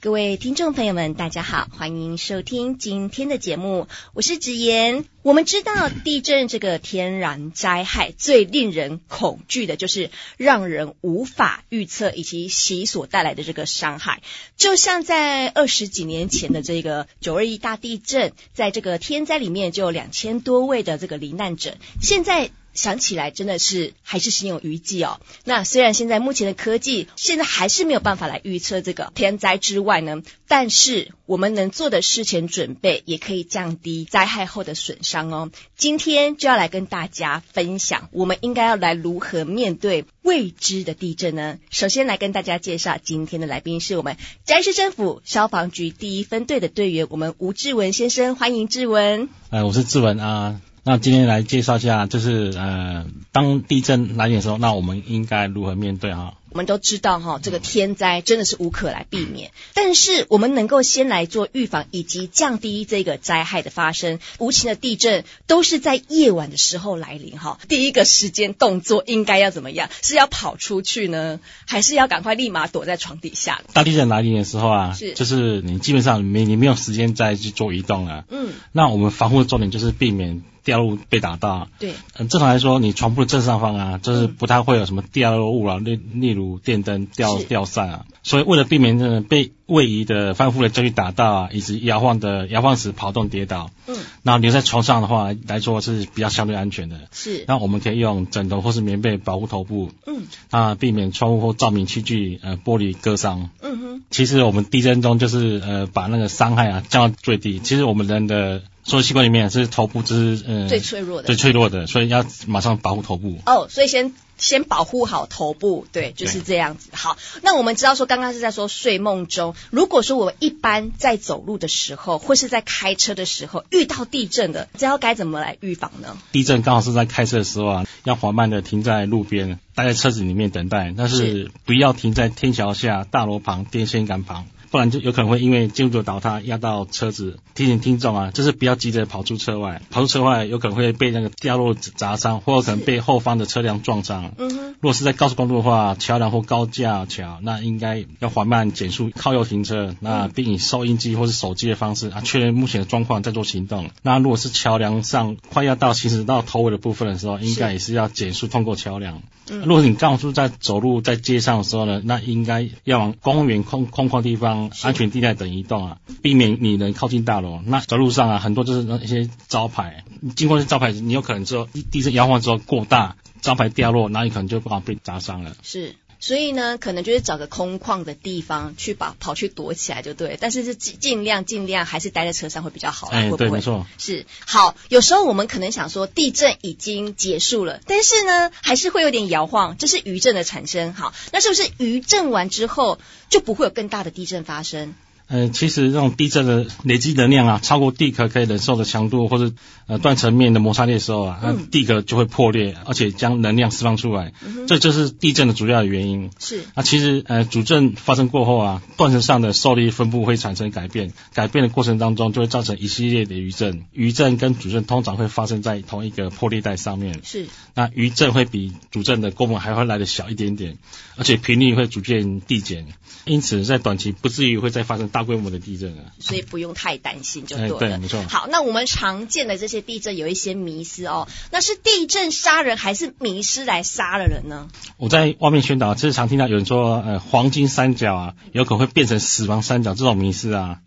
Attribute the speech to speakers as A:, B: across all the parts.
A: 各位听众朋友们，大家好，欢迎收听今天的节目，我是直言。我们知道地震这个天然灾害最令人恐惧的就是让人无法预测以及其所带来的这个伤害。就像在二十几年前的这个九二一大地震，在这个天灾里面就有两千多位的这个罹难者，现在。想起来真的是还是心有余悸哦。那虽然现在目前的科技现在还是没有办法来预测这个天灾之外呢，但是我们能做的事前准备，也可以降低灾害后的损伤哦。今天就要来跟大家分享，我们应该要来如何面对未知的地震呢？首先来跟大家介绍今天的来宾是我们嘉义市政府消防局第一分队的队员，我们吴志文先生，欢迎志文。
B: 哎，我是志文啊。那今天来介绍一下，就是呃，当地震来临的时候，那我们应该如何面对哈？
A: 我们都知道哈，这个天灾真的是无可来避免，但是我们能够先来做预防以及降低这个灾害的发生。无情的地震都是在夜晚的时候来临哈，第一个时间动作应该要怎么样？是要跑出去呢，还是要赶快立马躲在床底下？
B: 大地震来临的时候啊，
A: 是
B: 就是你基本上没你没有时间再去做移动了。
A: 嗯，
B: 那我们防护的重点就是避免掉入被打到。
A: 对，
B: 嗯，正常来说，你床铺的正上方啊，就是不太会有什么掉落物啊，例例如电灯掉
A: 嗯是
B: 掉散啊。所以为了避免这种被位移的翻覆的焦距打到啊，以及摇晃的摇晃时跑动跌倒，
A: 嗯，
B: 然后留在床上的话来说是比较相对安全的。
A: 是，
B: 那我们可以用枕头或是棉被保护头部，
A: 嗯
B: 那避免窗户或照明器具呃玻璃割伤。
A: 嗯哼，
B: 其实我们地震中就是呃把那个伤害啊降到最低。其实我们人的所有器官里面啊是头部之呃
A: 最脆弱的
B: 最脆弱的，所以要马上保护头部。
A: 哦，所以先先保护好头部，对，就是这样子。好，那我们知道说，刚刚是在说睡梦中，如果说我们一般在走路的时候，或是在开车的时候遇到地震的，这要该怎么来预防呢？
B: 地震刚好是在开车的时候啊，要缓慢的停在路边，待在车子里面等待，但是不要停在天桥下、大楼旁、电线杆旁，不然就有可能会因为建筑的倒塌压到车子。提醒听众啊，就是不要急着跑出车外，跑出车外有可能会被那个掉落砸伤，或有可能被后方的车辆撞伤。
A: 嗯哼，
B: 如果是在高速公路的话，桥梁或高架桥，那应该要缓慢减速，靠右停车，那并以收音机或是手机的方式啊，确认目前的状况再做行动。那如果是桥梁上快要到行驶到头尾的部分的时候，应该也是要减速通过桥梁。如果你刚好是在走路在街上的时候呢，那应该要往公园空空旷地方、安全地带等移动啊，避免你人靠近大楼。那在路上啊，很多就是那一些招牌，你经过这招牌，你有可能之后地震摇晃之后过大，招牌掉落，那你可能就不好被砸伤了。
A: 是。所以呢，可能就是找个空旷的地方去把跑去躲起来就对了，但是是尽尽量尽量还是待在车上会比较好啦，
B: 哎
A: 哦会不会？
B: 对没错
A: 是好，有时候我们可能想说地震已经结束了，但是呢，还是会有点摇晃，这是余震的产生。好，那是不是余震完之后就不会有更大的地震发生？
B: 呃，其实这种地震的累积能量啊，超过地壳可以忍受的强度，或者呃断层面的摩擦力的时候啊，那
A: 嗯
B: 地壳就会破裂，而且将能量释放出来，这就是地震的主要原因。
A: 是
B: 啊，其实呃，主震发生过后啊，断层上的受力分布会产生改变，改变的过程当中就会造成一系列的余震。余震跟主震通常会发生在同一个破裂带上面，
A: 是，
B: 那余震会比主震的功能还会来的小一点点，而且频率会逐渐递减，因此在短期不至于会再发生大规模的地震了。啊
A: 所以不用太担心就
B: 哎
A: 对了。
B: 对没错
A: 好，那我们常见的这些地震有一些迷失哦，那是地震杀人还是迷失来杀了人呢？
B: 我在外面宣导，其实常听到有人说，呃，黄金三角啊，有可能会变成死亡三角这种迷思啊。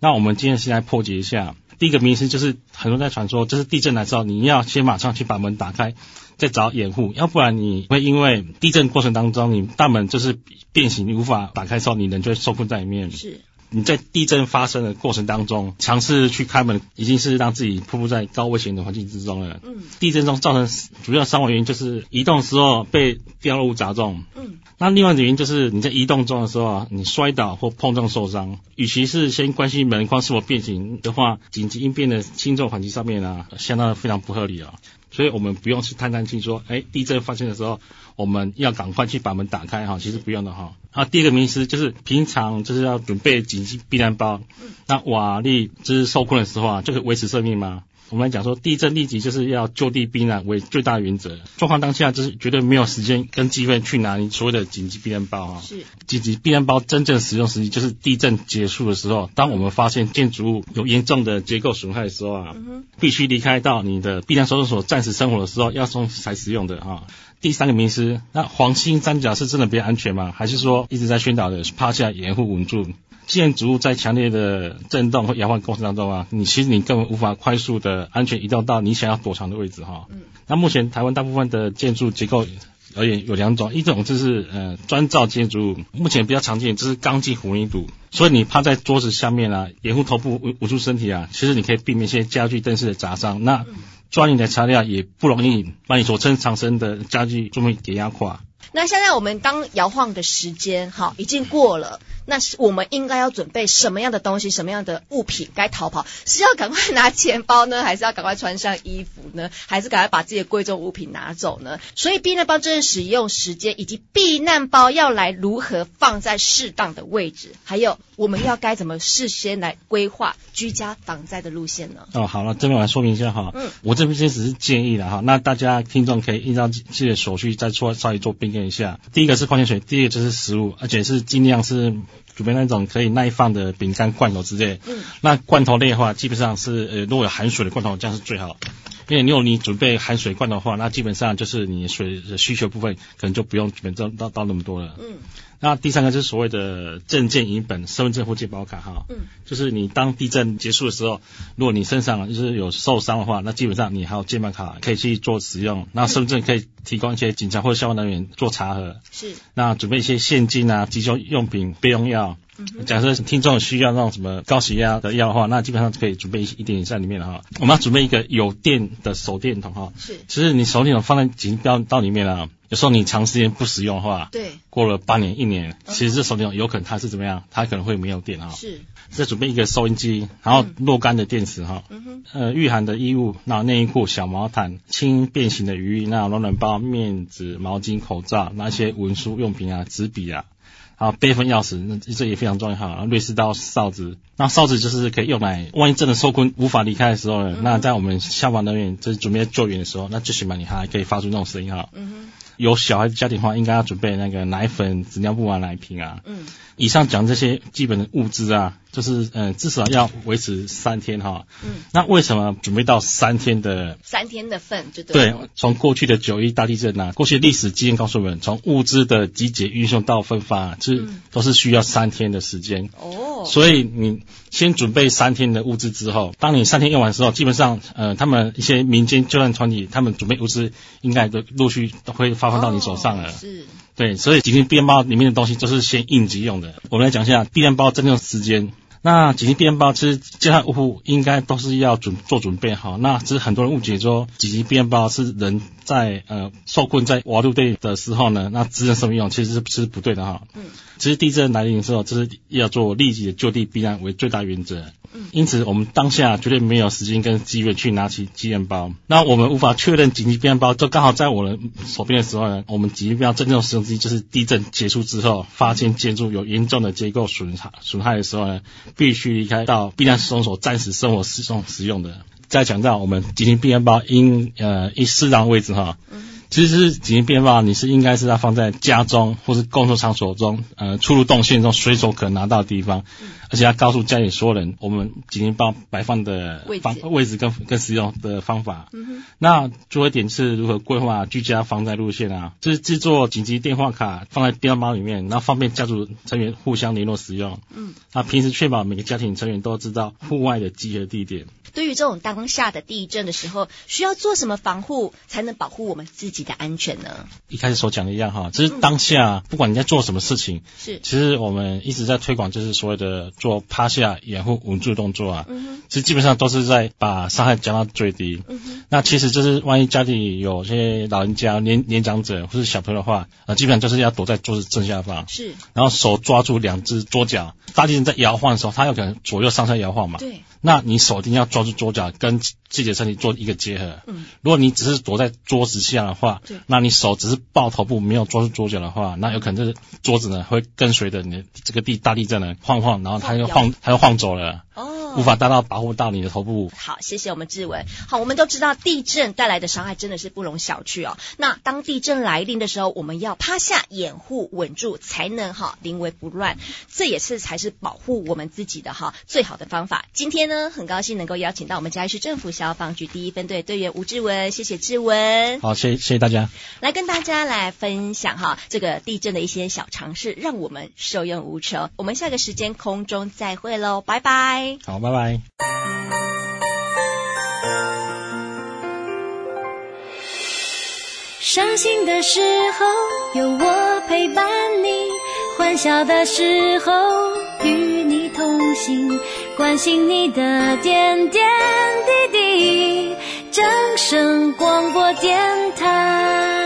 B: 那我们今天先来破解一下。第一个迷思就是很多人在传说，就是地震来之后，你要先马上去把门打开，再找掩护，要不然你会因为地震过程当中，你大门就是变形，你无法打开之后，你人就会受困在里面。
A: 是
B: 你在地震发生的过程当中，尝试去开门，已经是让自己暴露在高危险的环境之中了。
A: 嗯，
B: 地震中造成主要伤亡原因就是移动时候被掉落物砸中。
A: 嗯，
B: 那另外一个原因就是你在移动中的时候啊，你摔倒或碰撞受伤，与其是先关心门框是否变形的话，紧急应变的轻重缓急上面啊，相当的非常不合理啊、所以我们不用去叹叹气说，哎，地震发生的时候，我们要赶快去把门打开哈，其实不用的哈。啊，第二个迷思就是平常就是要准备紧急避难包，那瓦砾就是受困的时候啊，就是维持生命吗？我们来讲说，地震立即就是要就地避难为最大原则。状况当下就是绝对没有时间跟机会去拿你所谓的紧急避难包啊。
A: 是
B: 紧急避难包真正使用时机就是地震结束的时候，当我们发现建筑物有严重的结构损害的时候啊，必须离开到你的避难收容所暂时生活的时候，要从才使用的哈、第三个迷思，那黄金三角是真的比较安全吗？还是说一直在宣导的趴下掩护稳住？建筑物在强烈的震动或摇晃过程当中啊，你其实你根本无法快速的安全移动到你想要躲藏的位置哈、那目前台湾大部分的建筑结构而言有两种，一种就是呃砖造建筑物，目前比较常见就是钢筋混凝土，所以你趴在桌子下面啊，掩护头部捂捂住身体啊，其实你可以避免一些家具、电视的砸伤。那专业的材料也不容易把你所撑藏身的家具桌面给压垮。
A: 那现在我们当摇晃的时间哈已经过了，那是我们应该要准备什么样的东西、什么样的物品该逃跑？是要赶快拿钱包呢，还是要赶快穿上衣服呢，还是赶快把自己的贵重物品拿走呢？所以避难包真正使用时间以及避难包要来如何放在适当的位置，还有我们要该怎么事先来规划居家防灾的路线呢？
B: 哦，好了，这边我来说明一下哈，
A: 嗯
B: 我这边只是建议了哈，那大家听众可以依照自己的手续再做稍微做变更一下。第一个是矿泉水，第二个就是食物，而且是尽量是准备那种可以耐放的饼干、罐头之类。
A: 嗯
B: 那罐头类的话，基本上是呃，如果有含水的罐头，这样是最好。因为如果你准备含水罐的话，那基本上就是你水的需求部分可能就不用准备到到到那么多了。
A: 嗯，
B: 那第三个就是所谓的证件影本、身份证或健保卡哈，
A: 嗯，
B: 就是你当地震结束的时候，如果你身上就是有受伤的话，那基本上你还有健保卡可以去做使用，那身份证可以提供一些警察或者消防人员做查核，
A: 是
B: 那准备一些现金啊、急救用品、备用药。假设听众需要那种什么高血压的药的话，那基本上可以准备一点在里面了哈。我们要准备一个有电的手电筒哈，
A: 是，
B: 其实你手电筒放在紧急到到里面了、有时候你长时间不使用的话，
A: 对，
B: 过了半年、一年，其实这手电筒有可能它是怎么样？它可能会没有电啊、
A: 嗯是，
B: 再准备一个收音机，然后若干的电池哈、
A: 嗯哼，
B: 呃，御寒的衣物，那内衣裤、小毛毯、轻便型的雨衣，那暖暖包、面纸、毛巾、口罩，那一些文书用品啊、
A: 嗯
B: 纸笔啊，然后备份钥匙，那这也非常重要哈。然后瑞士刀、哨子，那哨子就是可以用来，万一真的受困无法离开的时候
A: 嗯
B: 呢，那在我们消防人员就是准备救援的时候，那最起码你还可以发出那种声音哈。
A: 嗯
B: 有小孩子家庭的话，应该要准备那个奶粉、纸尿布啊、奶瓶啊。
A: 哼，嗯，
B: 以上讲这些基本的物资啊，就是呃至少要维持三天哈。
A: 嗯。
B: 那为什么准备到三天的？
A: 三天的份就对
B: 对
A: 了，，
B: 从过去的九一大地震啊，过去的历史经验告诉我们，从物资的集结、运送到分发、啊，这
A: 嗯
B: 都是需要三天的时间。
A: 哦，
B: 所以你先准备三天的物资之后，当你三天用完之后，基本上呃，他们一些民间救援团体，他们准备物资应该都陆续都会发放到你手上了。
A: 哦是，
B: 对，所以紧急避难包里面的东西都是先应急用的。我们来讲一下避难包真正的时间。那紧急避难包其实家家户户应该都是要准做准备好。那只是很多人误解说紧急避难包是人在呃受困在瓦砾堆的时候呢，那支援什么用？其实是是不对的哈。
A: 嗯。
B: 其实地震来临的时候，就是要做立即的就地避难为最大原则。因此，我们当下绝对没有时间跟机会去拿起急便包。那我们无法确认紧急便包，就刚好在我们手边的时候呢，我们紧急便包真正使用时机就是地震结束之后，发现建筑有严重的结构损害损害的时候呢，必须离开到避难收容所暂时生活使用使用的。再讲到我们紧急避难包应呃应适当位置哈，
A: 嗯
B: 其实是紧急避难包你是应该是要放在家中或是公众场所中，呃出入动线中随手可拿到的地方，
A: 嗯
B: 而且要告诉家里所有人我们紧急包摆放的
A: 位置
B: 方位置跟跟使用的方法。
A: 嗯
B: 那最后一点是如何规划居家防灾路线啊，就是制作紧急电话卡放在电话包里面，然后方便家族成员互相联络使用。
A: 嗯，
B: 那平时确保每个家庭成员都知道户外的集合地点。
A: 哼，对于这种当下的地震的时候，需要做什么防护才能保护我们自己的安全呢？
B: 一开始所讲的一样哈，其实当下不管你在做什么事情，
A: 是，
B: 其实我们一直在推广就是所谓的做趴下、掩护、稳住动作啊，
A: 嗯
B: 其实基本上都是在把伤害降到最低。
A: 哼，嗯哼，
B: 那其实就是万一家里有些老人家、年年长者或是小朋友的话，啊，基本上就是要躲在桌子正下方，
A: 是
B: 然后手抓住两只桌角。大地震在摇晃的时候，它有可能左右上下摇晃嘛，
A: 对，
B: 那你手一定要抓住桌角，跟自己的身体做一个结合。
A: 嗯，
B: 如果你只是躲在桌子下的话
A: 对，
B: 那你手只是抱头部没有抓住桌角的话，那有可能这桌子呢会跟随着你的这个地大地震呢晃晃，然后它就
A: 晃
B: 晃它就晃走了，
A: 哦，
B: 无法达到保护到你的头部。
A: 好，谢谢我们志文。好，我们都知道地震带来的伤害真的是不容小觑哦。那当地震来临的时候，我们要趴下掩护稳住，才能哈临危不乱，这也是才是保护我们自己的哈最好的方法。今天呢，很高兴能够邀请到我们嘉义市政府消防局第一分队队员吴志文，谢谢志文。
B: 好，谢谢谢大家。
A: 来跟大家来分享哈这个地震的一些小常识，让我们受用无穷。我们下个时间空中再会喽，拜拜。
B: 好，拜拜。
C: 伤心的时候有我陪伴你，欢笑的时候与你同行，关心你的点点滴滴。掌声广播电台。